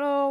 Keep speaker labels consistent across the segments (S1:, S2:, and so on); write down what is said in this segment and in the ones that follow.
S1: 喽，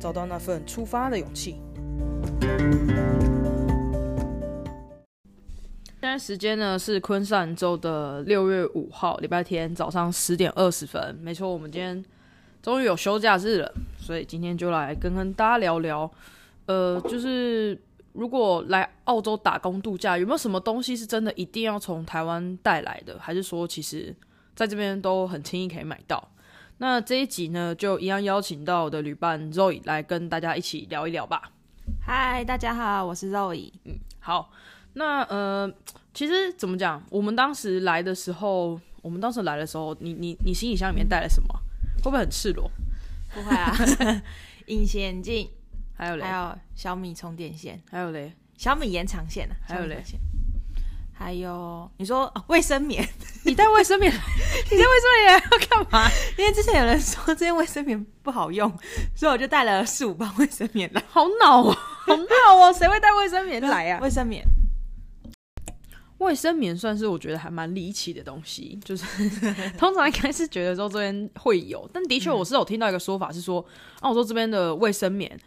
S1: 找到那份出发的勇气。现在时间呢是昆山州的六月五号礼拜天早上十点二十分，没错，我们今天终于有休假日了，所以今天就来跟跟大家聊聊，呃，就是如果来澳洲打工度假，有没有什么东西是真的一定要从台湾带来的，还是说其实在这边都很轻易可以买到？那这一集呢，就一样邀请到我的旅伴 Zoe 来跟大家一起聊一聊吧。
S2: 嗨，大家好，我是肉 o
S1: 好，那呃，其实怎么讲，我们当时来的时候，我们当时来的时候，你你你行李箱里面带了什么啊？会不会很赤裸？
S2: 不会啊， 隐形眼镜，
S1: 还有嘞
S2: 还，有小米充电线，
S1: 还有嘞，
S2: 小米延长线啊，
S1: 还有
S2: 小米
S1: 嘞
S2: 延长线，还有你说哦卫生棉，
S1: 你带卫生棉， 你带卫生棉要干嘛？
S2: 因为之前有人说这件卫生棉不好用，所以我就带了四五包卫生棉来。
S1: 好恼哦，好恼哦，谁会带卫生棉来啊？
S2: 卫生棉，
S1: 卫生棉算是我觉得还蛮离奇的东西，就是通常应该是觉得说这边会有，但的确我是有听到一个说法是说，澳洲这边的卫生棉，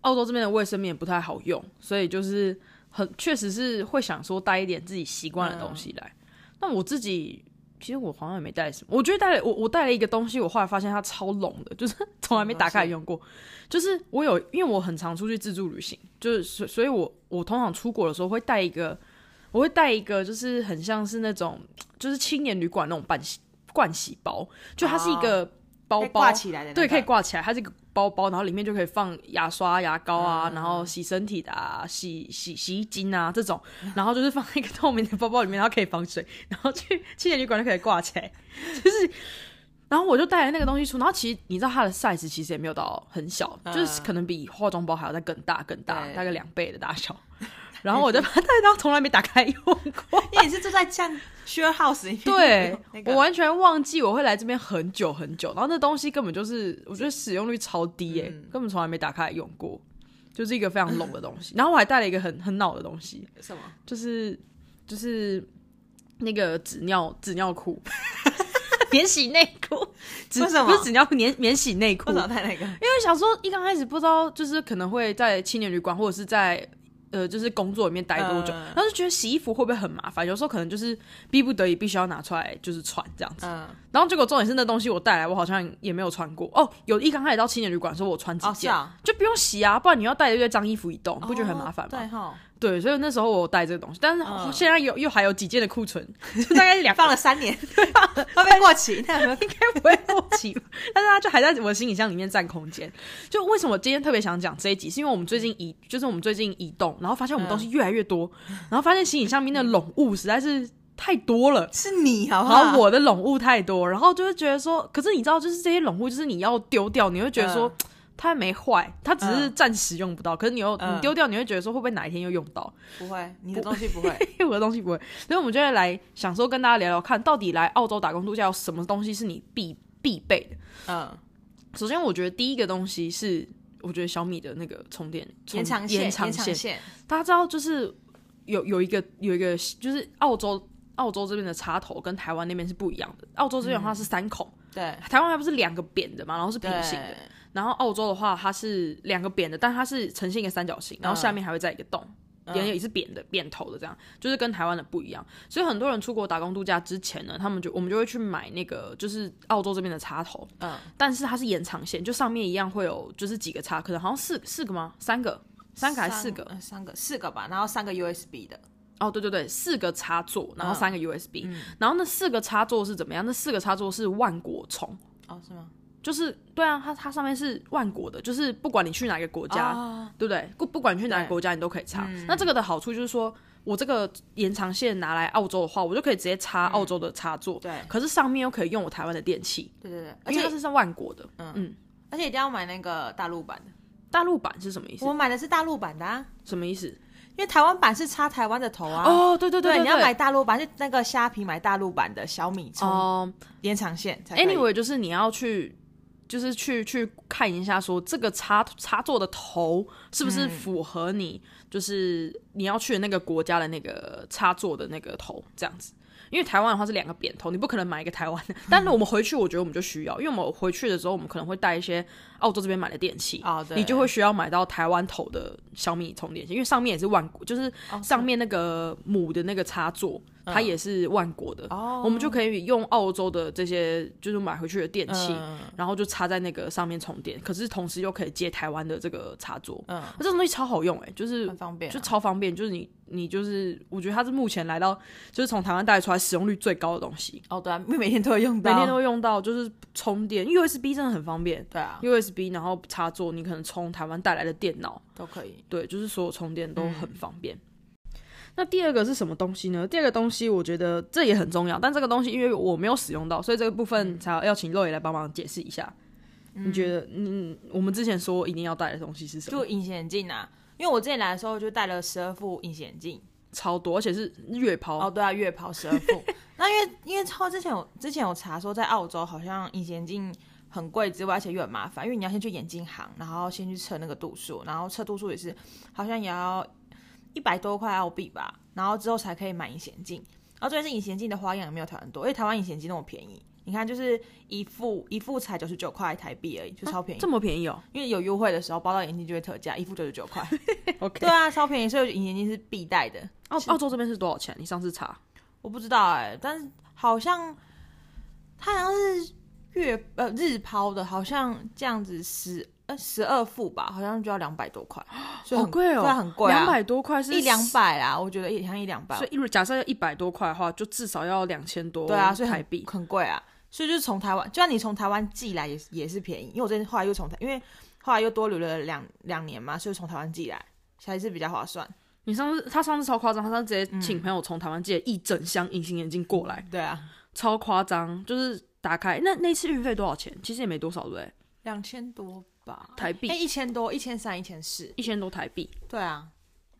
S1: 澳洲这边的卫生棉不太好用，所以就是很确实是会想说带一点自己习惯的东西来。那我自己其实我好像也没带什么，我觉得带了我我带了一个东西，我后来发现它超拢的， 就是从来没打开来用过。就是我有，因为我很常出去自助旅行，就是所所以我我通常出国的时候会带一个，我会带一个，就是很像是那种就是青年旅馆那种半洗盥洗包，就它是一个包
S2: 哦可以
S1: 包，
S2: 挂起来的、那个
S1: 对，可以。挂起来，它是一个包包，然后里面就可以放牙刷、牙膏
S2: 嗯
S1: 啊，然后洗身体的啊、洗洗洗衣精啊这种，然后就是放在一个透明的包包里面，然后可以防水，然后去 青年旅馆就可以挂起来，就是。然后我就带了那个东西出，然后其实你知道它的 size 其实也没有到很小，就是可能比化妆包还要再更大更大，
S2: 嗯对
S1: 大概两倍的大小。然后我就把它带 到从来没打开用过，
S2: 因为你是住在像 share house 里面，
S1: 对、
S2: 那个
S1: 我完全忘记我会来这边很久很久，然后那东西根本就是，我觉得使用率超低耶、
S2: 嗯
S1: 根本从来没打开来用过，就是一个非常冷的东西。然后我还带了一个很很恼的东西，
S2: 什么？
S1: 就是就是那个纸尿纸尿 裤，免洗内裤，纸
S2: 为什么
S1: 不是纸尿裤，免免洗内裤
S2: 为什，么带那个？
S1: 因为想说一刚开始不知道，就是可能会在青年旅馆或者是在呃，就是工作里面待多久，
S2: 嗯
S1: 然后就觉得洗衣服会不会很麻烦？有时候可能就是逼不得已必须要拿出来就是穿这样子。
S2: 嗯，
S1: 然后结果重点是那东西我带来，我好像也没有穿过。哦，有一刚开始到青年旅馆的时候我穿几
S2: 哦是
S1: 件，
S2: 啊，
S1: 就不用洗啊，不然你要带一堆脏衣服移动，不觉得很麻烦
S2: 哦
S1: 吗？
S2: 对哈，
S1: 对，所以那时候我有带这个东西，但是
S2: 嗯
S1: 现在有又还有几件的库存，就 大概两啊
S2: 放了三 年， 会不会过期？那有没有
S1: 不会过期， 但是它就还在我的行李箱里面占空间。就为什么我今天特别想讲这一集，是因为我们最近移，就是我们最近移动，然后发现我们东西越来越多，然后发现行李箱里面的拢物实在是太多了。
S2: 是你好不
S1: 然
S2: 好？
S1: 后我的拢物太多，然后就会觉得说，可是你知道，就是这些拢物，就是你要丢掉，你会觉得说、
S2: 嗯
S1: 它没坏，它只是暂时用不到。可是你又、你
S2: 嗯
S1: 丢掉，你会觉得说会不会哪一天又用到？
S2: 不会，你的东西不会。
S1: 因为我的东西不会，所以我们就会来想说跟大家聊聊看，到底来澳洲打工度假有什么东西是你必必备的。
S2: 嗯，
S1: 首先，我觉得第一个东西是，我觉得小米的那个充电充
S2: 延长线，
S1: 延长线
S2: 线，线
S1: 大家知道，就是有有一个有一个，就是澳洲澳洲这边的插头跟台湾那边是不一样的。澳洲这边的
S2: 嗯
S1: 话是三孔，
S2: 对，
S1: 台湾还不是两个扁的嘛，然后是平
S2: 对
S1: 行的。然后澳洲的话，它是两个扁的，但它是呈现一个三角形，然
S2: 嗯
S1: 后下面还会再一个洞。也也是扁的、扁头的，这样就是跟台湾的不一样。所以很多人出国打工度假之前呢，他们就我们就会去买那个就是澳洲这边的插头，
S2: 嗯，
S1: 但是它是延长线，就上面一样会有就是几个插，可能好像四四个吗？三个，三个还是四个？
S2: 呃三个，四个吧，然后三个 USB 的，
S1: 哦，对对对，四个插座，
S2: 嗯
S1: 然后三个 USB，、然后那四个插座是怎么样？那四个插座是万国充，
S2: 哦，是吗？
S1: 就是对啊，它它上面是万国的，就是不管你去哪个国家，
S2: 哦
S1: 对不对？不不管你去哪个
S2: 对嗯
S1: 国家，你都可以插。那这个的好处就是说，我这个延长线拿来澳洲的话，我就可以直接插澳洲的插座，
S2: 嗯对
S1: 可是上面又可以用我台湾的电器，
S2: 对对对，而
S1: 因为它
S2: 且
S1: 是上万国的，
S2: 而且一定要买那个大陆版的，
S1: 大陆版是什么意思
S2: 我？买的是大陆版的啊，
S1: 什么意思？
S2: 因为台湾版是插台湾的头啊。
S1: 哦，对对
S2: 对
S1: 对，
S2: 你要买大陆版，就那个虾皮买大陆版的小米葱
S1: 哦。
S2: 延长线才可以。
S1: Anyway，就是你要去，就是去去看一下，说这个插插座的头是不
S2: 嗯
S1: 是符合你，就是你要去的那个国家的那个插座的那个头这样子。因为台湾的话是两个扁头，你不可能买一个台湾的。但是我们回去，我觉得我们就需要，因为我们回去的时候，我们可能会带一些澳洲这边买的电器，
S2: 哦对
S1: 你就会需要买到台湾头的小米充电器，因为上面也是万国，就是
S2: 哦
S1: 上面那个母的那个插座，它也是万国的，
S2: 哦
S1: 我们就可以用澳洲的这些就是买回去的电器，
S2: 嗯
S1: 然后就插在那个上面充电，可是同时又可以接台湾的这个插座，
S2: 嗯
S1: 那这种东西超好用哎、就是
S2: 很方便啊、
S1: 就超方便，就是你你就是我觉得它是目前来到就是从台湾带出来使用率最高的东西，
S2: 哦，对啊，因为每天都会用到，
S1: 每天都会用到，就是充电 USB 真的很方便
S2: 对啊，
S1: ，USB 然后插座你可能充台湾带来的电脑，
S2: 都可以。
S1: 对，就是所有充电都
S2: 嗯
S1: 很方便。那第二个是什么东西呢？第二个东西我觉得这也很重要，但这个东西因为我没有使用到，所以这个部
S2: 嗯
S1: 分才要请肉爷来帮忙解释一下。你觉得，嗯，我们之前说一定要带的东西是什么
S2: 就？隐形眼镜啊，因为我之前来的时候就戴了十二副隐形眼镜。
S1: 超多，而且是月抛。
S2: 哦，对啊，月抛十二 副。那因为因为超之前有之前有查说，在澳洲好像隐形眼镜很贵之外，而且又很麻烦，因为你要先去眼镜行，然后先去测那个度数，然后测度数也是好像也要一百多块澳币吧，然后之后才可以买隐形眼镜。然哦后这边是隐形眼镜的花样也没有台湾多，因为台湾隐形眼镜那么便宜，你看就是一副一副才九十九块台币而已，就超便宜。
S1: 这么便宜哦
S2: 因为有优惠的时候，包到眼镜就会特价，一副九十九 块。
S1: ！OK，
S2: 对啊，超便宜，所以隐形眼镜是必带的。
S1: 澳澳洲这边是多少钱？你上次查
S2: 我不知道哎、但是好像它好像是月呃日抛的，好像这样子十呃十二副吧，好像就要两百多块，所以
S1: 好
S2: 很
S1: 贵哦，
S2: 对啊很贵啊，
S1: 两百多块是
S2: 一两，百啦，我觉得一好像一两百
S1: 所，以如果假设要一百多块的话，就至少要两千多
S2: 对啊，所以很
S1: 台币。
S2: 很贵啊，所以就是从台湾，就算你从台湾寄来也是也是便宜，因为我这后来又从台，因为后来又多留了两两年嘛，所以从台湾寄来还是比较划算，
S1: 你上次他上次超夸张，他上次直接请朋友从台湾借一整箱隐形眼镜过来，
S2: 对啊，
S1: 超夸张，就是打开那那次运费多少钱？其实也没多少，对不对？
S2: 两千多吧，
S1: 台币
S2: 哎一千多，一千三，一千四，
S1: 一千多台币
S2: 对啊，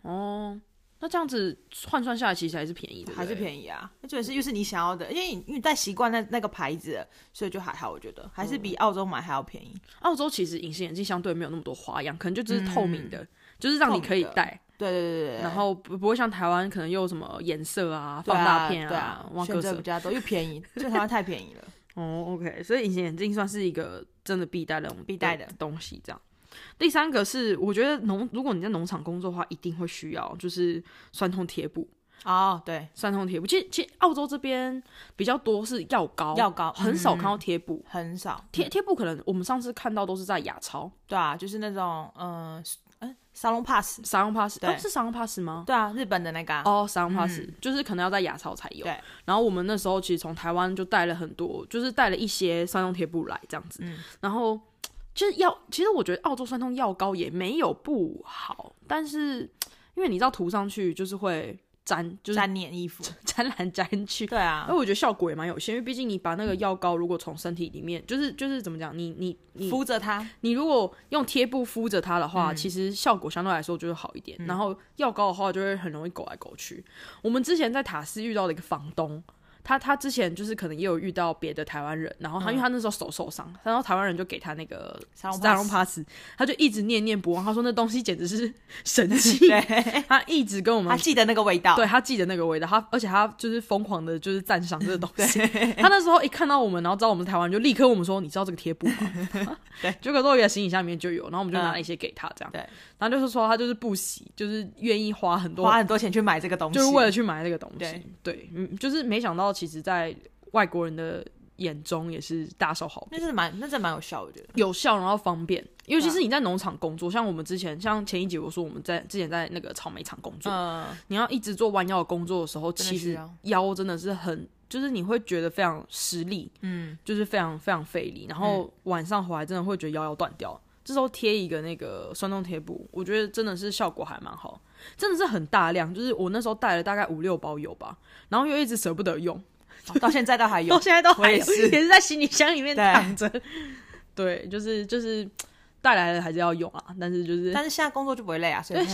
S1: 哦。那这样子换算下来，其实还是便宜的，
S2: 还是
S1: 宜。
S2: 便宜啊，那就是又是你想要的，因为你因为你戴习惯那那个牌子了，所以就还好，我觉得还是
S1: 嗯
S2: 比澳洲买还要便宜。
S1: 澳洲其实隐形眼镜相对没有那么多花样，可能就只是透明的，就是让你可以
S2: 嗯透明的
S1: 戴，
S2: 对对对对对，
S1: 然后不不会像台湾可能又有什么颜色啊、
S2: 对
S1: 放
S2: 啊
S1: 大片
S2: 对啊，
S1: 哇
S2: 选
S1: 各
S2: 择
S1: 色
S2: 比。较多，又便 宜，这台湾太便宜了。
S1: 哦，OK，所以隐形眼镜算是一个真的必带的
S2: 必带的
S1: 东西。这样，第三个是我觉得农，如果你在农场工作的话，一定会需要，就是酸痛贴布。
S2: 哦，对，
S1: 酸痛贴布，其实其实澳洲这边比较多是药膏，
S2: 药膏
S1: 很少看到贴布。
S2: 嗯很少嗯
S1: 贴贴布可能我们上次看到都是在亚超
S2: 对啊，就是那种嗯嗯沙龙 pass，
S1: s a r o n Pass，
S2: 对
S1: 哦是 s a r o n Pass 吗？
S2: 对啊，日本的那个啊，
S1: 哦 s a r o n Pass 就是可能要在亚超才有
S2: 对。
S1: 然后我们那时候其实从台湾就带了很多，就是带了一些酸痛贴布来这样子。
S2: 嗯
S1: 然后其实药，其实我觉得澳洲酸痛药膏也没有不好，但是因为你知道涂上去就是会粘，就是
S2: 粘黏衣服，
S1: 沾来沾去，
S2: 对啊
S1: 那，我觉得效果也蛮有限，因为毕竟你把那个药膏如果从身体里面，就是就是怎么讲，你你你
S2: 敷着它，
S1: 你如果用贴布敷着它的
S2: 嗯
S1: 话，其实效果相对来说就会好一点。然后药膏的话，就会很容易狗来狗去。我们之前在塔斯遇到的一个房东。他他之前就是可能也有遇到别的台湾人，然后他、因为他那时候手受伤，然后台湾人就给他那个
S2: 嗯沙龙 pass
S1: 帕斯，他就一直念念不忘，他说那东西简直是神器，
S2: 对，
S1: 他一直跟我们
S2: 他记得那个味道，
S1: 对他记得那个味道，他而且他就是疯狂的，就是赞赏这个东西。他那时候一看到我们，然后知道我们是台湾人，就立刻问我们说：“你知道这个贴布吗？”
S2: 对，嗯
S1: 结果肉爷的行李箱里面就有，然后我们就拿了一些给他，这样。
S2: 对，
S1: 然后就是说他就是不惜，就是愿意花很多，
S2: 花很多钱去买这个东西，
S1: 就是为了去买这个东西。
S2: 对
S1: 嗯，就是没想到，其实，在外国人的眼中也是大受好评。
S2: 那真的蛮那真的蛮有效，我觉得，
S1: 有效，然后方便，尤
S2: 嗯
S1: 其是你在农场工作，像我们之前，像前一集我说我们在之前在那个草莓厂工作，
S2: 嗯，
S1: 你要一直做弯腰的工作的时候，
S2: 真的
S1: 其
S2: 需
S1: 实
S2: 要
S1: 腰真的是很，就是你会觉得非常失力，嗯，就是非常非常费力，然
S2: 嗯
S1: 后晚上回来真的会觉得腰要断掉。这时候贴一个那个酸痛贴布，我觉得真的是效果还蛮好，真的是很大量，就是我那时候带了大概五六包有吧，然后又一直舍不得用，
S2: 哦到现在都还有
S1: 到，现在都还
S2: 我也
S1: 有
S2: 是
S1: 也是在行李箱里面
S2: 对
S1: 躺着。对，就是就是带来了还是要用啊，但是就是
S2: 但是现在工作就不会累啊，所 以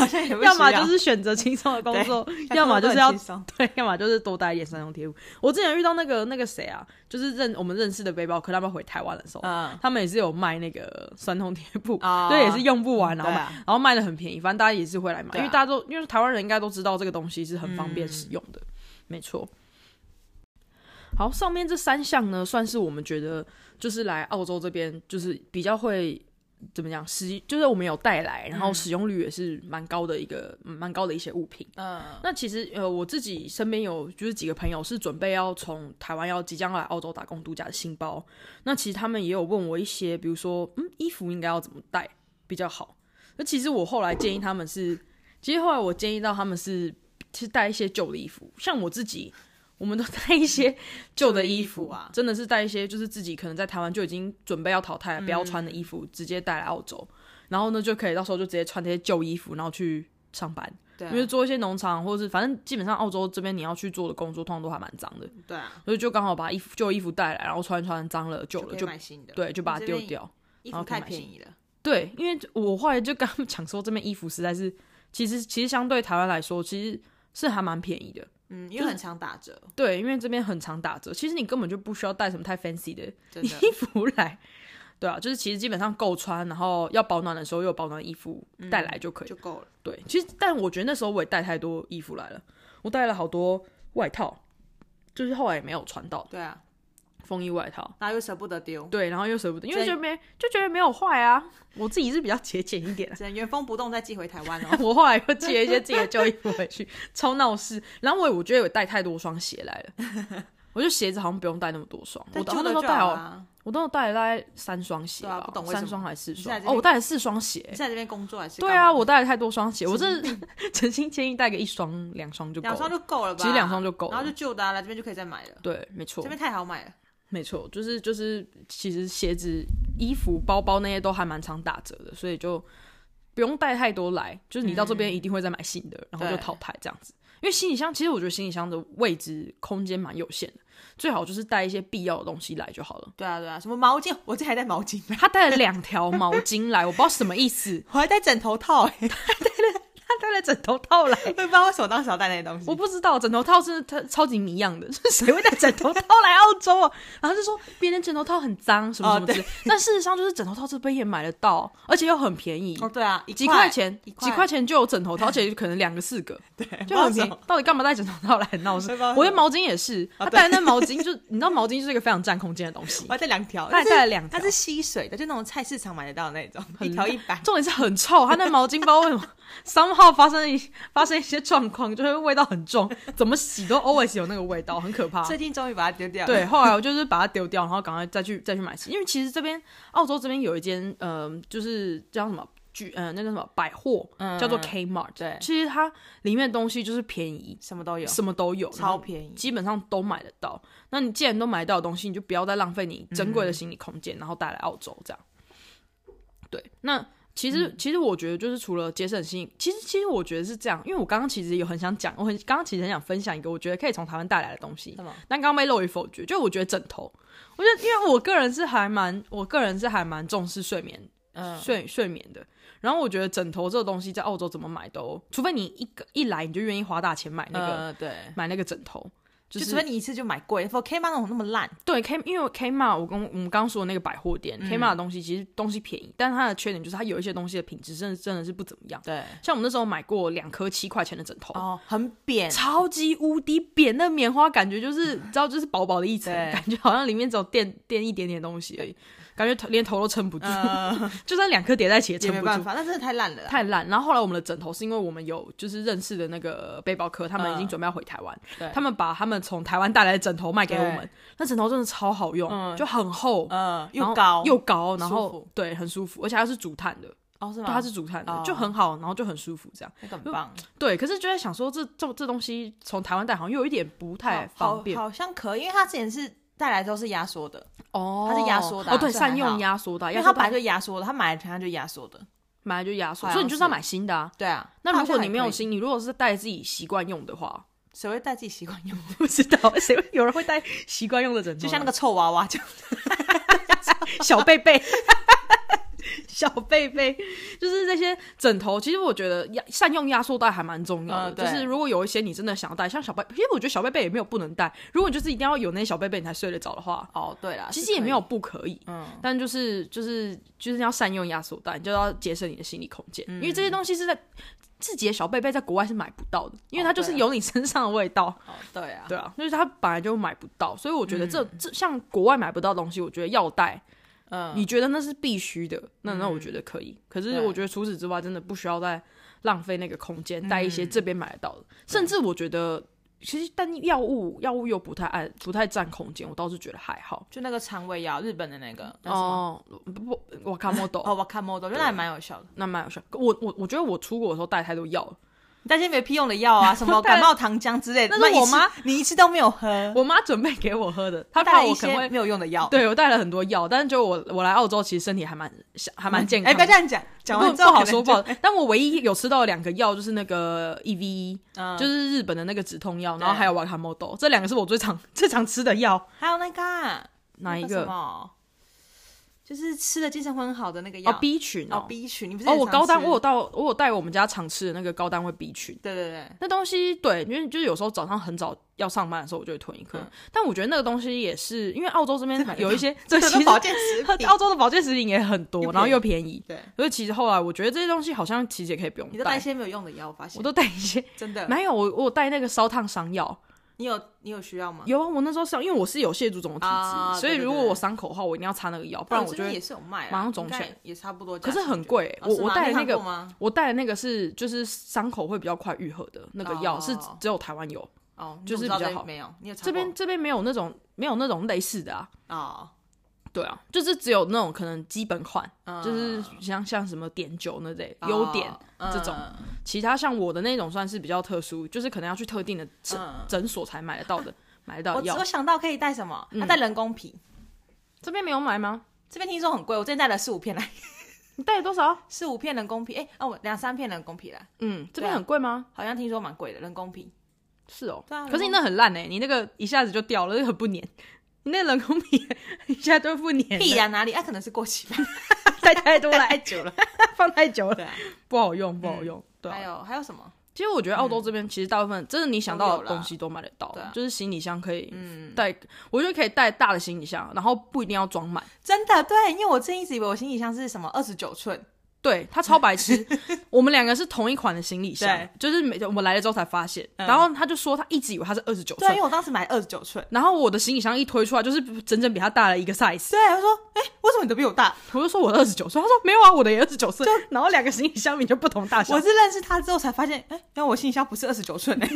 S2: 好像也不需
S1: 要么就是选择轻松的工作，要么就是要
S2: 现在工作很轻松
S1: 对， 要么就是多带一点三用贴物。我之前遇到那个那个谁啊，就是认我们认识的背包客，他们回台湾的时候，
S2: 嗯
S1: 他们也是有卖那个酸痛贴布，
S2: 啊
S1: 对，也是用不完，然后
S2: 对
S1: 买，
S2: 啊
S1: 然后卖的很便宜，反正大家也是会来买，
S2: 对啊
S1: 因
S2: 嗯
S1: 为大家都因为台湾人应该都知道这个东西是很方便使用的，没错。好，上面这三项呢，算是我们觉得就是来澳洲这边就是比较会怎么讲使，就是我们有带来，然
S2: 嗯
S1: 后使用率也是蛮高的一个嗯蛮高的一些物品。
S2: 嗯
S1: 那其实呃，我自己身边有就是几个朋友是准备要从台湾要即将要来澳洲打工度假的新包，那其实他们也有问我一些，比如说嗯，衣服应该要怎么带比较好。那其实我后来建议他们是，其实后来我建议到他们是是带一些旧的衣服，像我自己。我们都带一些旧的衣服
S2: 旧的衣服啊
S1: 真的是带一些就是自己可能在台湾就已经准备要淘汰了、不要穿的衣服，直接带来澳洲，然后呢就可以到时候就直接穿这些旧衣服，然后去上班。
S2: 对
S1: 因为
S2: 啊
S1: 做一些农场，或者是反正基本上澳洲这边你要去做的工作，通常都还蛮脏的，
S2: 对啊，
S1: 所以就刚好把衣服旧衣服带来，然后穿一穿脏了旧
S2: 就
S1: 了
S2: 可以
S1: 就
S2: 买新的，
S1: 对就把它
S2: 这
S1: 丢
S2: 边
S1: 掉。
S2: 衣
S1: 然后
S2: 服
S1: 可以
S2: 太
S1: 买新
S2: 便宜了，
S1: 对，因为我后来就跟他们 讲说，这边衣服实在是，其实其实相对台湾来说，其实是还蛮便宜的。
S2: 嗯，因为很常打折，
S1: 对，因为这边很常打折，其实你根本就不需要带什么太 fancy 的
S2: 真的，
S1: 衣服来。对啊，就是其实基本上够穿，然后要保暖的时候又有保暖衣服
S2: 嗯
S1: 带来就可以了
S2: 就够了。
S1: 对，其实但我觉得那时候我也带太多衣服来了，我带了好多外套，就是后来也没有穿到
S2: 对啊，
S1: 风衣外套。
S2: 然后又舍不得丢，
S1: 对，然后又舍不得，因为
S2: 所以
S1: 就没就觉得没有坏啊。我自己是比较节俭一点啊、。
S2: 只能原封不动再寄回台湾哦
S1: 我后来又借一些自己的旧衣服回去，超闹事。然后我也我觉得有带太多双鞋来了，我就鞋子好像不用带那么多双。 我
S2: 但
S1: 当时那
S2: 旧的
S1: 时候
S2: 就
S1: 带
S2: 好啊
S1: 好，
S2: 啦。
S1: 我当时带了大概三双鞋
S2: 对啊
S1: 吧，
S2: 不懂为什
S1: 三
S2: 么
S1: 双还是四
S2: 你现在
S1: 双
S2: 在？这
S1: 哦，
S2: 边
S1: 我带了四双鞋
S2: 你。在这边工作还是？
S1: 对啊，，我带了太多双鞋，我真的 诚心建议带个一双、两双就够
S2: 两
S1: 了
S2: 双。就够了吧？
S1: 其实两双就够了
S2: 然后就旧的啊，来这边就可以再买了。
S1: 对，没
S2: 这
S1: 错，
S2: 边太好买了，
S1: 没错，就是就是，其实鞋子、衣服、包包那些都还蛮常打折的，所以就不用带太多来。就是你到这边一定会再买新的，然后就
S2: 对
S1: 淘汰这样子。因为行李箱，其实我觉得行李箱的位置空间蛮有限的，最好就是带一些必要的东西来就好了。
S2: 对啊对啊，什么毛巾，我这还带毛巾呢，
S1: 他带了两条毛巾来，我不知道什么意思。
S2: 我还带枕头套 哎，
S1: 他带了枕头套来，
S2: 我也不知道为什么当时要带那些东西
S1: 我。不知道枕头套是他超级迷样的，就是谁会带枕头套来澳洲啊？然后就说别人枕头套很脏什么什么之类的，但事实上就是枕头套这边也买得到，而且又很便宜，
S2: 哦，对啊，一
S1: 几
S2: 块
S1: 块钱，
S2: 一
S1: 几块钱就有枕头套，而且可能两个四 个，对，就很便
S2: 不知道为什
S1: 宜
S2: 么。
S1: 到底干嘛带枕头套来闹事
S2: 不知道为什？么
S1: 我的毛巾也 是，他带的那毛巾就 你知道毛巾是一个非常占空间的东西
S2: 啊我，还带两条，
S1: 他还带了两条
S2: 它是吸水的，就那种菜市场买得到的那种，
S1: 很
S2: 一条一百。
S1: 重点是很臭，他那毛巾包为什么 somehow 发生一发生一些状况，就是味道很重，怎么洗都 always 有那个味道，很可怕。
S2: 最近终于把它丢掉了。
S1: 对，后来我就是把它丢掉，然后赶快再去再去买新，因为其实这边澳洲这边有一间，嗯、就是叫什么居，呃，那个什么百货，
S2: 嗯
S1: 叫做 Kmart。
S2: 对
S1: 其实它里面的东西就是便宜，
S2: 什么都有，
S1: 什么都有，然
S2: 超
S1: 后
S2: 便宜。
S1: 基本上都买得到。那你既然都买得到的东西，你就不要再浪费
S2: 嗯
S1: 你珍贵的行李空间，然后带来澳洲这样。对，那其实、
S2: 嗯
S1: 其实我觉得就是除了节省行李，其实其实我觉得是这样，因为我刚刚其实有很想讲，我很刚刚其实很想分享一个我觉得可以从台湾带来的东西
S2: 什么，
S1: 但刚刚被漏雨否决，就我觉得枕头。我觉得，因为我个人是还蛮，我个人是还蛮重视睡眠
S2: 嗯，
S1: 睡睡眠的。然后我觉得枕头这个东西在澳洲怎么买都，除非你一个一来你就愿意花大钱买那个、
S2: 嗯对，
S1: 买那个枕头，就
S2: 就是除非你一次就买贵，for K 吗？那种那么烂，
S1: 对 K，因为 Kmart 我跟我们刚刚说的那个百货店、k
S2: 嗯
S1: m a r t 的东西其实东西便宜，但是它的缺点就是它有一些东西的品质真的真的是不怎么样。
S2: 对，
S1: 像我们那时候买过两颗七块钱的枕头，
S2: 哦，很扁，
S1: 超级无敌扁，那棉花感觉 就是你知道就是薄薄的一层，
S2: 对
S1: 感觉好像里面只有垫垫一点点东西而已，感觉头连头都撑不住，
S2: 嗯，
S1: 就算两颗叠在一起也
S2: 也
S1: 撑
S2: 没
S1: 不住
S2: 办。法，那真的太烂了啦。
S1: 太烂。然后后来我们的枕头是因为我们有就是认识的那个背包客，他们已经准备要回台湾，
S2: 嗯对
S1: 他们把他们从台湾带来的枕头卖给我们
S2: 对，
S1: 那枕头真的超好用，就很厚，
S2: 嗯，
S1: 然后
S2: 又高
S1: 又高，然
S2: 舒
S1: 后
S2: 服
S1: 对很舒服，而且它是竹炭的，
S2: 哦是
S1: 对，
S2: 吗？
S1: 它是竹炭的，
S2: 哦
S1: 就很好，然后就很舒服这样。
S2: 那个很棒，
S1: 对，可是就在想说这这这东西从台湾带好像又有一点不太
S2: 好
S1: 方便
S2: 哦好好像可以，因为它之前是带来之后是压缩的，
S1: 哦
S2: 它是压缩的啊
S1: 哦对，
S2: 所以还
S1: 善用
S2: 好
S1: 压缩的啊，
S2: 因
S1: 压
S2: 为
S1: 缩
S2: 它
S1: 的
S2: 本来就压缩的，它买来它就压缩的，
S1: 本来就压缩，
S2: 好像
S1: 所以你就是要买新的啊。
S2: 对啊。
S1: 那如果你没有
S2: 它好像还可以，
S1: 新，你如果是带自己习惯用的话，
S2: 谁会带自己习惯 用？
S1: 不知道谁会有人 会带习惯用的枕头，
S2: 就像那个臭娃娃，就
S1: 小贝贝， 小贝贝，就是这些枕头。其实我觉得压善用压缩袋还蛮重要的，
S2: 嗯
S1: 就
S2: 对
S1: 是如果有一些你真的想要带，像小贝，其实我觉得小贝贝也没有不能带。如果你就是一定要有那些小贝贝你才睡得着的话，
S2: 哦，对啦，
S1: 其
S2: 是
S1: 实也
S2: 可
S1: 没
S2: 以
S1: 有，不可以。
S2: 嗯，
S1: 但就是就是就是要善用压缩袋，你就要节省你的心理空间，因为
S2: 嗯
S1: 这些东西是在自己的小贝贝在国外是买不到的，因为它就是
S2: 对啊
S1: 有你身上的味道。
S2: 哦，对啊，
S1: 对啊，就是它本来就买不到，所以我觉得这、这像国外买不到的东西，我觉得要带。
S2: 嗯，
S1: 你觉得那是必须的，那那我觉得可以。可是
S2: 对
S1: 我觉得除此之外，真的不需要再浪费那个空间带一
S2: 嗯
S1: 些这边买得到的，甚至我觉得。其实，但药物药物又不太爱不太占空间，我倒是觉得还好。
S2: 就那个肠胃药，日本的那个，那什么
S1: 哦，不不，我看不懂，
S2: 哦，我看 model，觉得还蛮有效 的。
S1: 那蛮有效。我我我觉得我出国的时候带太多药了，
S2: 你带些没屁用的药啊，什么感冒糖浆之类 的，
S1: 那是
S2: 一
S1: 我
S2: 次
S1: 妈，
S2: 你一次都没有喝，
S1: 我妈准备给我喝的，她
S2: 带
S1: 怕
S2: 了一
S1: 我可能
S2: 些
S1: 会
S2: 没有用的药，
S1: 对我带了很多药，但是就我我来澳洲，其实身体还蛮还蛮健康
S2: 哎，
S1: 的。
S2: 不要这样讲，讲完
S1: 不
S2: 之后
S1: 不好
S2: 可能
S1: 说，
S2: 就
S1: 不好。但我唯一有吃到的两个药就是那个 EV，、
S2: 嗯，
S1: 就是是日本的那个止痛药，
S2: 对
S1: 然后还有瓦卡莫豆，这两个是我最常最常吃的药。
S2: 还有那个啊
S1: 哪一
S2: 那什
S1: 个？
S2: 么，就是吃的精神会很好的那个药
S1: 哦，B 群
S2: 哦
S1: 哦。
S2: B 群，你不是
S1: 哦，
S2: 很
S1: 我
S2: 常
S1: 高单
S2: 吃
S1: 我有到，我有带我们家常吃的那个高单位 B 群，
S2: 对对对，
S1: 那东西对，因为就是有时候早上很早要上班的时候，我就会囤一颗。
S2: 嗯
S1: 但我觉得那个东西也是因为澳洲这边有一些，
S2: 这
S1: 这其
S2: 是
S1: 实
S2: 保健食 品。
S1: 澳洲的保健食品也很
S2: 又便
S1: 多，
S2: 宜
S1: 然后又便宜，
S2: 对，
S1: 所以其实后来我觉得这些东西好像其实也可以不用
S2: 你都带一些没有用的药，我发现
S1: 我都带一 些，
S2: 真的，
S1: 没有我我有带那个烧烫伤药，
S2: 你有你有需要吗？
S1: 有啊，我那时候伤，因为我是有蟹足肿的体质，
S2: 啊
S1: 所以
S2: 对对
S1: 如果
S2: 对
S1: 我伤口的话，我一定要擦那个药，不
S2: 不
S1: 然
S2: 然
S1: 我
S2: 我
S1: 就
S2: 哦觉得也
S1: 会。
S2: 是有卖啦，
S1: 马上肿起来
S2: 应该也差不多价
S1: 可
S2: 钱。
S1: 是很贵、
S2: 哦
S1: 我
S2: 是吗
S1: 我带的
S2: 你
S1: 那
S2: 看过
S1: 个，
S2: 吗？
S1: 我带的那个是就是伤口会比较快愈合的那个药，
S2: 哦
S1: 是只有台湾有，
S2: 哦，你
S1: 就
S2: 怎
S1: 是
S2: 么
S1: 比
S2: 知道
S1: 较好
S2: 没有，你有查
S1: 这边
S2: 过
S1: 这边没有那种没有那种类似的啊。
S2: 哦，
S1: 对啊，就是只有那种可能基本款，
S2: 嗯
S1: 就是像像什么碘酒那类
S2: 哦
S1: 优点，
S2: 嗯
S1: 这种其他像我的那种算是比较特殊，就是可能要去特定的诊
S2: 嗯
S1: 诊所才买得到的，买得到
S2: 我
S1: 的
S2: 只
S1: 药嗯
S2: 有。想到可以带什么，他带人工皮，
S1: 这边没有买吗？
S2: 这边听说很贵，我之前带了四五片来，
S1: 你带了多少？
S2: 四五片人工皮，哎哦，我两三片人工皮来，
S1: 嗯，这
S2: 对
S1: 边
S2: 啊
S1: 很贵吗？
S2: 好像听说蛮贵的人工皮，
S1: 是哦，
S2: 对啊
S1: 可是你那很烂哎、你那个一下子就掉了，那个很不粘。你那人工皮 一下都不粘了，
S2: 必然哪里？哎，可能是过期吧，
S1: 带 太多了，
S2: 久了。
S1: 放太久了，
S2: 对啊，哎
S1: 不好用，不好用。对啊、
S2: 还有还有什么？
S1: 其实我觉得澳洲这边其实大部分、真的你想到的
S2: 都有啦
S1: 东西都买得到，
S2: 对啊
S1: 就是行李箱可以
S2: 嗯，
S1: 带，我觉得可以带大的行李箱，然后不一定要装满。
S2: 真的对，因为我之前一直以为我行李箱是什么二十九寸，
S1: 对他超白 痴，我们两个是同一款的行李箱
S2: 对，
S1: 就是每我们来了之后才发现，
S2: 嗯
S1: 然后他就说他一直以为他是二十九
S2: 对啊，
S1: 寸
S2: 因，为我当时买二十九寸，
S1: 然后我的行李箱一推出来就是整整比他大了一个 size，
S2: 对，他说，哎，为什么你的比我大？
S1: 我就说我二十九岁，他说没有啊，我的也二十九 岁，然后两个行李箱名就不同大小
S2: 我，是认识他之后才发现，哎、原来我行李箱不是二十 九寸哎，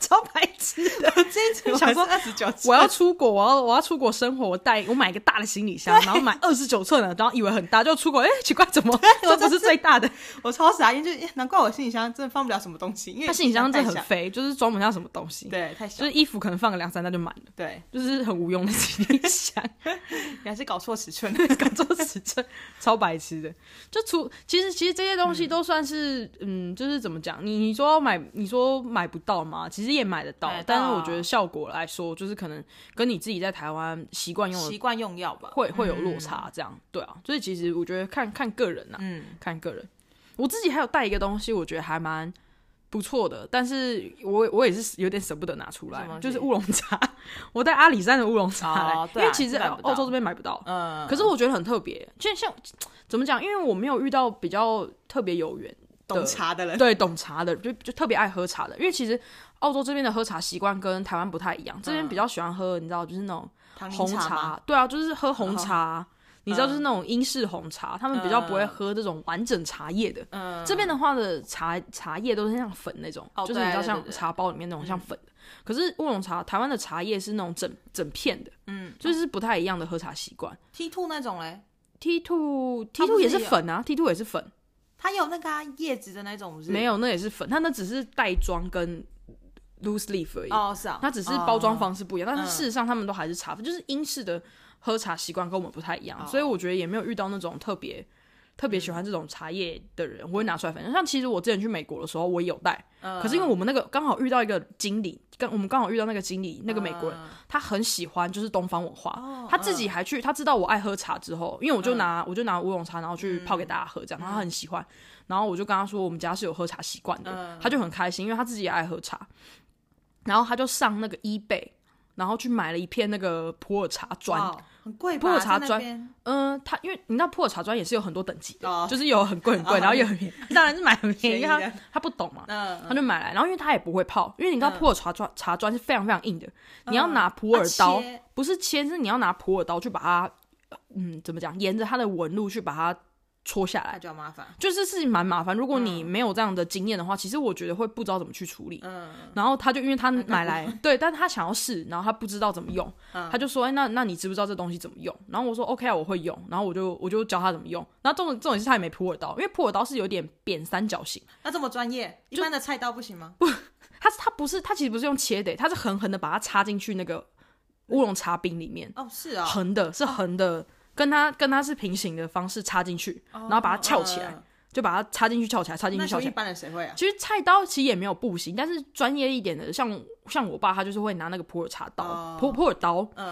S1: 超白痴的。
S2: 我这一次
S1: 想说
S2: 二十九寸，
S1: 我要出国，我要我要出国生活，我带我买一个大的行李箱，然后买二十九寸的，然后以为很大，就出国，哎、奇怪，怎 么这不是最大 的？
S2: 我超傻因为就难怪我行李箱真的放不了什么东西，因为
S1: 他行李箱真的很
S2: 太小，
S1: 肥，就是装不下什么东西，
S2: 对，太小
S1: 就是，衣服可能放个两三袋就满了，
S2: 对，
S1: 就是很无用的行李箱。
S2: 你还是搞错 尺寸，
S1: 搞错尺寸，超白痴的。就除其实其实这些东西都算是嗯就是怎么讲？你你说要买，你说买不到吗？其实也买得到，
S2: 买得到啊
S1: 但是我觉得效果来说，就是可能跟你自己在台湾习惯用
S2: 习
S1: 的
S2: 惯用药吧，
S1: 会会有落差，这样、对啊。所以其实我觉得看看个人呐、啊
S2: 嗯，
S1: 看个人。我自己还有带一个东西，我觉得还蛮不错的，但是我我也是有点舍不得拿出
S2: 什
S1: 来
S2: 么，东西
S1: 就是乌龙茶。 我带阿里山的乌龙茶来，
S2: 哦
S1: 因
S2: 对啊
S1: 为其实呃
S2: 这买不到
S1: 澳洲这边买不到，
S2: 嗯，
S1: 可是我觉得很特别，就像怎么讲？因为我没有遇到比较特别有缘，
S2: 懂茶的人，
S1: 对懂茶的，就就特别爱喝茶的。因为其实澳洲这边的喝茶习惯跟台湾不太一样，这边比较喜欢喝，你知道，就是那种
S2: 唐宁
S1: 红
S2: 嗯茶吗，嗯
S1: 对啊，就是喝红茶。你知道，就是那种英式红茶，他们比较不会喝这种完整茶叶的。
S2: 嗯，
S1: 这边的话的茶茶叶都是像粉那种，
S2: 哦
S1: 就是你知道
S2: 对对嗯
S1: 像
S2: 对对
S1: 茶包里面那种像粉的。可是乌龙茶，台湾的茶叶是那种整整片的，
S2: 嗯，
S1: 就是不太一样的喝茶习惯。
S2: T two 那种嘞，
S1: T two T
S2: 它
S1: two
S2: 不是
S1: 也是粉啊，T two 也是粉，
S2: 它有那个啊叶子的那种，不是
S1: 没有那也是粉，它那只是袋装跟 loose leaf 而已，
S2: 哦，嗯是啊，
S1: 它只是包装方式不一样，但是事实上他们都还是
S2: 哦
S1: 茶粉，就是英式的喝茶习惯跟我们不太一样，所以我觉得也没有遇到那种特别特别喜
S2: 嗯
S1: 欢这种茶叶的人，我会拿出来分享。像其实我之前去美国的时候，我也有带，
S2: 嗯
S1: 可是因为我们那个刚好遇到一个经理，跟我们刚好遇到那个经理，那个美
S2: 嗯
S1: 国人，他很喜欢就是东方文化
S2: 哦，嗯
S1: 他自己还去，他知道我爱喝茶之后，因为我就拿我就拿乌龙茶，然后去泡给大家喝，这样，然后他很喜欢，然后我就跟他说我们家是有喝茶习惯
S2: 嗯
S1: 的，他就很开心，因为他自己也爱喝茶，然后他就上那个 eBay，然后去买了一片那个普洱茶砖，
S2: 哇哦很贵吧，
S1: 普洱茶
S2: 在那
S1: 砖
S2: 边
S1: 嗯，它因为你知道普洱茶砖也是有很多等级的，
S2: 哦
S1: 就是有很贵很贵，
S2: 哦
S1: 然后也很便宜，当然是买很便宜，啊因
S2: 便宜的
S1: 为他他不懂嘛，
S2: 嗯
S1: 他就买来，然后因为他也不会泡，因为你知道
S2: 嗯
S1: 普洱茶砖茶砖是非常非常硬的，你要拿普洱刀
S2: 啊切，
S1: 不是切，是你要拿普洱刀去把它，呃嗯，怎么讲，沿着它的纹路去把它戳下来，
S2: 那啊就要麻烦。
S1: 就是事情蛮麻烦。如果你没有这样的经验的话，其实我觉得会不知道怎么去处理。
S2: 嗯，
S1: 然后他就因为他买来，对，但他想要试，然后他不知道怎么用，
S2: 嗯
S1: 他就说：“哎、那那你知不知道这东西怎么用？”然后我说：“OK 啊，我会用。”然后我就我就教他怎么用。然后重点重点是他也没普洱刀，因为普洱刀是有点扁三角形，
S2: 那这么专业，一般的菜刀不行吗？
S1: 它它不是它其实不是用切的，它是狠狠的把它插进去那个乌龙茶饼里面，
S2: 哦，是啊，
S1: 横的是横的，跟它跟它是平行的方式插进去，然后把它翘起来，
S2: 嗯
S1: 就把它插进去翘起来，插进
S2: 那
S1: 去
S2: 时
S1: 翘
S2: 候
S1: 起
S2: 一
S1: 来。
S2: 般人谁会啊？
S1: 其实菜刀其实也没有不行，但是专业一点的，像像我爸他就是会拿那个普洱茶刀，
S2: 哦
S1: 普普洱刀，
S2: 嗯，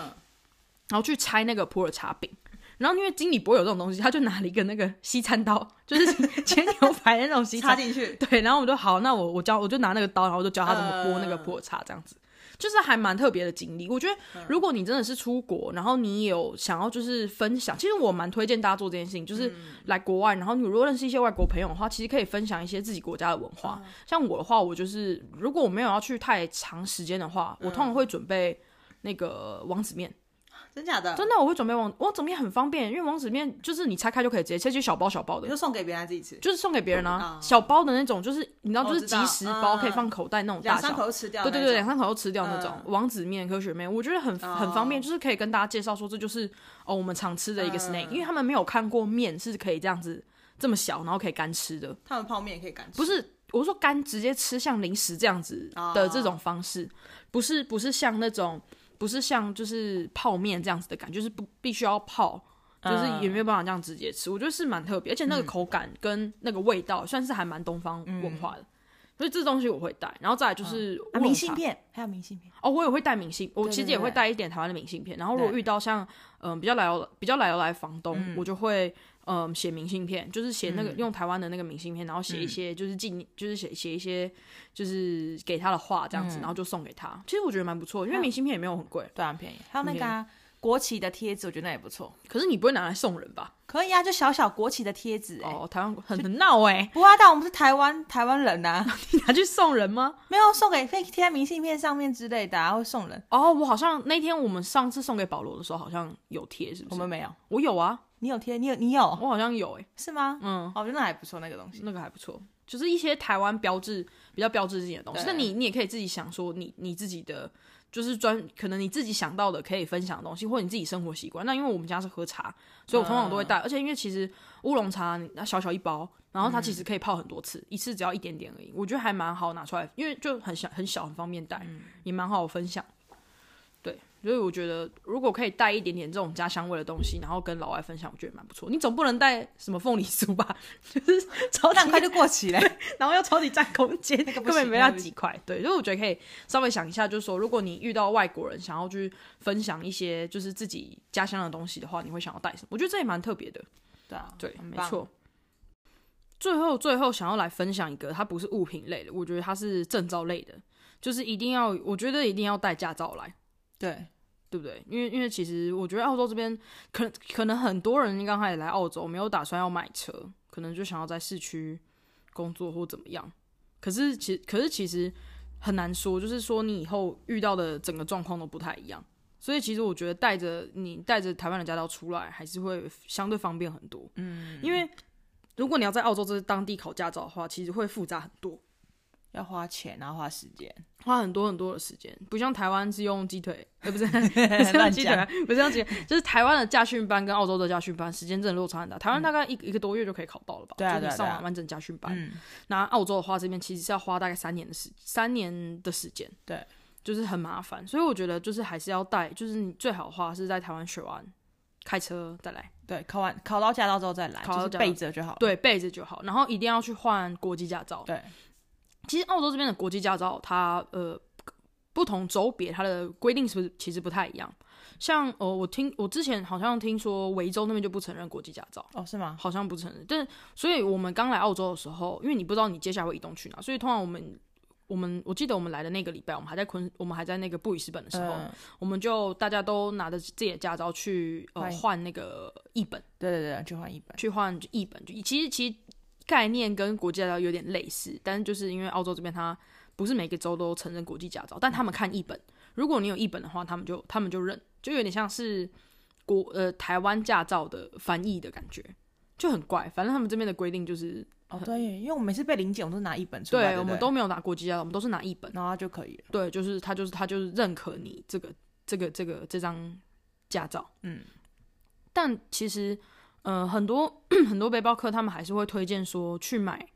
S1: 然后去拆那个普洱茶饼。然后因为经理不会有这种东西，他就拿了一个那个西餐刀，就是 切牛排的那种西餐
S2: 插进 去，
S1: 对，然后我就好，那我我教我就拿那个刀，然后我就教他怎么剥那个
S2: 嗯
S1: 普洱茶，这样子，就是还蛮特别的经历。我觉得如果你真的是出国，然后你也有想要就是分享，其实我蛮推荐大家做这件事情，就是来国外，然后你如果认识一些外国朋友的话，其实可以分享一些自己国家的文化。像我的话，我就是如果我没有要去太长时间的话，我通常会准备。那个王子面，
S2: 真假的？
S1: 真的我会准备王王子面很方便，因为王子面就是你拆开就可以直接切，其实小包小包的
S2: 你，就送给别人自己吃，
S1: 就是送给别人啊
S2: 嗯，
S1: 小包的那种，就是你知道，
S2: 哦
S1: 就是即食包
S2: 知道嗯
S1: 可以放口袋那种大
S2: 两三
S1: 小，
S2: 口就吃掉
S1: 对
S2: 那种。
S1: 对对，两三口就吃掉那种
S2: 嗯
S1: 王子面、科学面，我觉得很
S2: 哦
S1: 很方便，就是可以跟大家介绍说这就是哦我们常吃的一个
S2: 嗯
S1: snack，因为他们没有看过面是可以这样子这么小，然后可以干吃的，
S2: 他们泡面也可以敢吃，
S1: 不是我说干直接吃像零食这样子
S2: 哦
S1: 的这种方式，不是不是像那种不是像就是泡面这样子的感觉，就是不必须要泡。
S2: 嗯
S1: 就是也没有办法这样直接吃，我觉得是蛮特别，而且那个口感跟那个味道算是还蛮东方文化的，所以这东西我会带。然后再来就是乌
S2: 嗯啊
S1: 龙
S2: 明
S1: 茶
S2: 信片，还有明信片，
S1: 哦，我也会带明信，我
S2: 对
S1: 其实
S2: 对
S1: 也会
S2: 对
S1: 带一点台湾的明信片。然后如果
S2: 对
S1: 遇到像嗯、比较来由比较来由来的房东，我就会嗯写、明信片，就是写那个、
S2: 嗯
S1: 用台湾的那个明信片，然后写一些就是纪念，就是写写一些就是给他的话这样
S2: 嗯
S1: 子，然后就送给他。其实我觉得蛮不错，因为明信片也没有很贵，
S2: 对啊，很便宜。还有那个啊国旗的贴纸，我觉得那也不错。
S1: 可是你不会拿来送人吧？
S2: 可以啊，就小小国旗的贴纸哎。
S1: 哦，台湾很很闹哎、
S2: 不过啊，但我们是台湾台湾人呐，
S1: 你 拿去送人吗？
S2: 没有送给可以贴在明信片上面之类的啊，会送人。
S1: 哦，我好像那天我们上次送给保罗的时候，好像有贴，是不
S2: 我
S1: 是？
S2: 们没有，
S1: 我有啊，
S2: 你有贴，你有你有
S1: 我好像有哎、
S2: 是吗？
S1: 嗯，
S2: 哦，我觉得那还不错，那个东西。
S1: 那个还不错，就是一些台湾标志比较标志性的东西。那
S2: 对
S1: 你你也可以自己想说你你自己的就是专可能你自己想到的可以分享的东西，或者你自己生活习惯。那因为我们家是喝茶，所以我通常都
S2: 嗯
S1: 会带，而且因为其实乌龙茶那小小一包，然后它其实
S2: 嗯
S1: 可以泡很多次，一次只要一点点而已，我觉得还蛮好拿出来，因为就很小很小很方便带，
S2: 嗯
S1: 也蛮好分享。对，所以我觉得如果可以带一点点这种家乡味的东西，然后跟老外分享，我觉得蛮不错。你总不能带什么凤梨酥吧？就是超
S2: 那
S1: 难
S2: 很快就过期了。
S1: 然后又超级占空间，
S2: 个
S1: 根
S2: 不
S1: 本
S2: 行
S1: 没
S2: 那
S1: 要
S2: 个不
S1: 几块。对，所以我觉得可以稍微想一下，就是说，如果你遇到外国人想要去分享一些就是自己家乡的东西的话，你会想要带什么？我觉得这也蛮特别的。
S2: 对啊，
S1: 对，
S2: 很
S1: 没
S2: 棒。
S1: 错。最后，最后想要来分享一个，它不是物品类的，我觉得它是证照类的，就是一定要，我觉得一定要带驾照来。
S2: 对，
S1: 对不对？因为因为其实我觉得澳洲这边可可能很多人刚开始来澳洲没有打算要买车，可能就想要在市区工作或怎么样。可是其可是其实很难说，就是说你以后遇到的整个状况都不太一样。所以其实我觉得带着你带着台湾的驾照出来，还是会相对方便很多。嗯，因为如果你要在澳洲这当地考驾照的话，其实会复杂很多，
S2: 要花钱，然后花时 间，
S1: 花很多很多的时间，不像台湾是用鸡腿，呃，不是 不是用
S2: 乱
S1: 鸡
S2: 讲。
S1: 腿，不是用鸡腿，就是台湾的驾训班跟澳洲的驾训班时间真的落差很大。台湾大概一、一个多月就可以考到了吧？
S2: 对啊
S1: 就是你
S2: 对啊
S1: 上
S2: 对
S1: 完
S2: 啊
S1: 完整驾训班。
S2: 嗯，
S1: 那澳洲的话，这边其实是要花大概三年的时三年的时间，
S2: 对，
S1: 就是很麻烦。所以我觉得就是还是要带，就是你最好的话是在台湾学完开车再来，
S2: 对，考完考到驾照之后再来，
S1: 考到
S2: 就是
S1: 驾照
S2: 备着就好了。
S1: 对，备着就好。然后一定要去换国际驾照。
S2: 对，
S1: 其实澳洲这边的国际驾照，它呃不同州别它的规定是不是其实不太一样。像呃，我听我之前好像听说维州那边就不承认国际驾照，
S2: 哦，是吗？
S1: 好像不承认。但所以我们刚来澳洲的时候，因为你不知道你接下来会移动去哪，所以通常我们我们我记得我们来的那个礼拜，我们还在昆，我们还在那个布里斯本的时候，
S2: 嗯，
S1: 我们就大家都拿着自己的驾照去呃
S2: 换
S1: 换那个译本，
S2: 对对对，就换一本。
S1: 去换译本，就其实其实概念跟国际驾照有点类似，但是就是因为澳洲这边它不是每个州都承认国际驾照，但他们看译本，如果你有译本的话，他们就他们就认，就有点像是国呃台湾驾照的翻译的感觉。就很怪，反正他们这边的规定就是，
S2: 哦，对，因为我们每次被零检，我们都拿一本出来，对啊
S1: 我
S2: 不对，
S1: 们都没有拿国际驾照，我们都是拿译本。
S2: 然后就可以了。
S1: 对，就是他就是他就是认可你这个这个这个这张驾照，
S2: 嗯，
S1: 但其实，呃，很多 很多背包客他们还是会推荐说去买，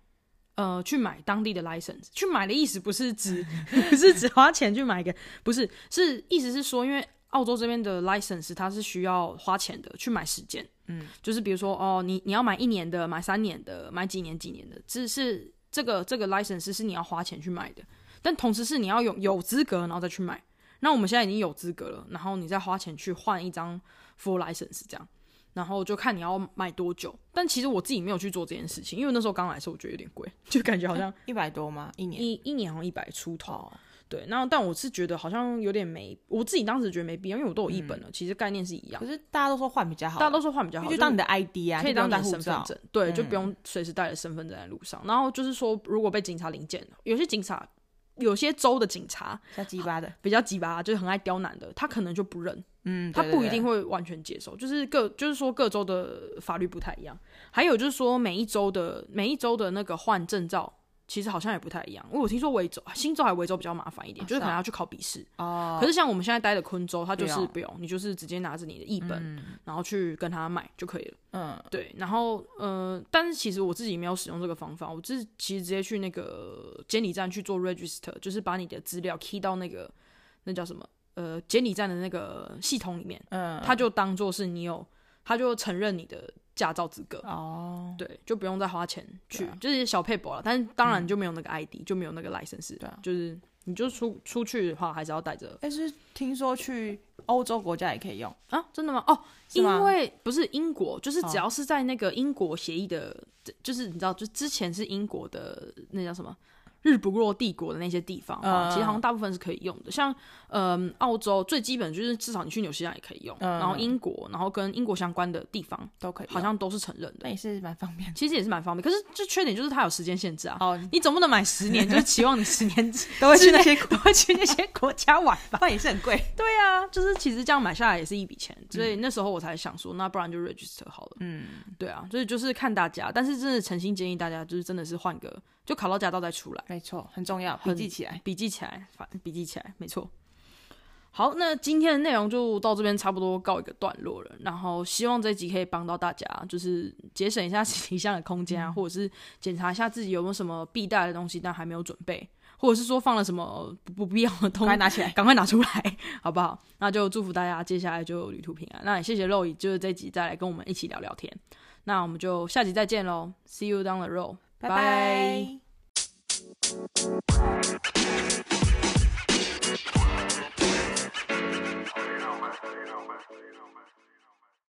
S1: 呃，去买当地的 license。去买的意思不是 指不是只花钱去买一个，不是，是意思是说，因为澳洲这边的 license 它是需要花钱的，去买时间。
S2: 嗯，
S1: 就是比如说，哦，你你要买一年的，买三年的，买几年几年的，这是这个这个 license 是你要花钱去买的，但同时是你要有有资格，然后再去买。那我们现在已经有资格了，然后你再花钱去换一张 full license 这样。然后就看你要买多久。但其实我自己没有去做这件事情，因为那时候刚来的时候我觉得有点贵，就感觉好像
S2: 一百多吗？一 年？
S1: 一一年好像一百出头。
S2: 哦，
S1: 对，那但我是觉得好像有点没，我自己当时觉得没必要，因为我都有一本了，其实概念是一样
S2: 可。是大家都说换比较好，
S1: 大家都说换比较嗯
S2: 因
S1: 好，
S2: 为就是当你的 ID 啊，
S1: 可以当你的
S2: 当
S1: 身份证，对，就不用随时带着身份证在路上。然后就是说，如果被警察临检了，有些警察，有些州的警察
S2: 像鸡巴的，
S1: 比较鸡巴，就是很爱刁难的，他可能就不认，
S2: 嗯，
S1: 他
S2: 对
S1: 不一定，会完全接受，就是各就是说各州的法律不太一样，还有就是说每一州的每一州的那个换证照其实好像也不太一样，因为我听说维州、新州还维州比较麻烦一点，
S2: 哦
S1: 就是
S2: 是
S1: 可
S2: 啊
S1: 能要去考笔试。
S2: 对哦，
S1: 可是像我们现在待的昆州，它就是
S2: 不用
S1: 不用，你就是直接拿着你的译本，
S2: 嗯
S1: 然后去跟他买就可以了。
S2: 嗯，
S1: 对，然后呃，但是其实我自己没有使用这个方法，我自其实直接去那个监理站去做 register，就是把你的资料 key 到那个那叫什么呃监理站的那个系统里面，
S2: 嗯
S1: 他就当做是你有，他就承认你的驾照资格，
S2: 哦，
S1: 对，就不用再花钱去，
S2: 对啊嗯
S1: 就是小配博了。但是当然就没有那个 ID，、就没有那个 license，
S2: 对啊
S1: 就是你就出出去的话，还是要带着
S2: 但是听说去欧洲国家也可以用，
S1: 啊，真的吗？哦，
S2: 是吗
S1: 因为不是英国，就是
S2: 哦
S1: 只要是在那个英国协议的，就是你知道，就之前是英国的那叫什么？日不落帝国的那些地方，啊，
S2: 嗯
S1: 其实好像大部分是可以用的。像，嗯、澳洲最基本就是至少你去纽西兰也可以用，
S2: 嗯
S1: 然后英国，然后跟英国相关的地方，
S2: 都可以用，
S1: 好像都是承认的。
S2: 那也是蛮方便的。
S1: 其实也是蛮方便，可是这缺点就是它有时间限制啊。
S2: 哦，
S1: 你总不能买十 年，就是期望你十年之
S2: 都会去那些
S1: 都会去那些国家玩 吧？
S2: 饭也是很贵，
S1: 对啊，就是其实这样买下来也是一笔钱，所以那时候我才想说，那不然就 register 好了。
S2: 嗯，
S1: 对啊，所以就是看大家，但是真的诚心建议大家，就是真的是换个，就考到驾照再出来，
S2: 没错，很重要，笔
S1: 很
S2: 记起来。
S1: 笔记起来，反笔记起来，没错。好，那今天的内容就到这边差不多告一个段落了。然后希望这一集可以帮到大家，就是节省一下 行李箱的空间啊，或者是检查一下自己有没有什么必带的东西，但还没有准备，或者是说放了什么不不必要的东
S2: 赶快
S1: 西，
S2: 拿起来，
S1: 赶快拿出来， 好不好？那就祝福大家接下来就旅途平安。那也谢谢肉姨，就是这一集再来跟我们一起聊聊天。那我们就下集再见喽，See you down the road，
S2: 拜拜。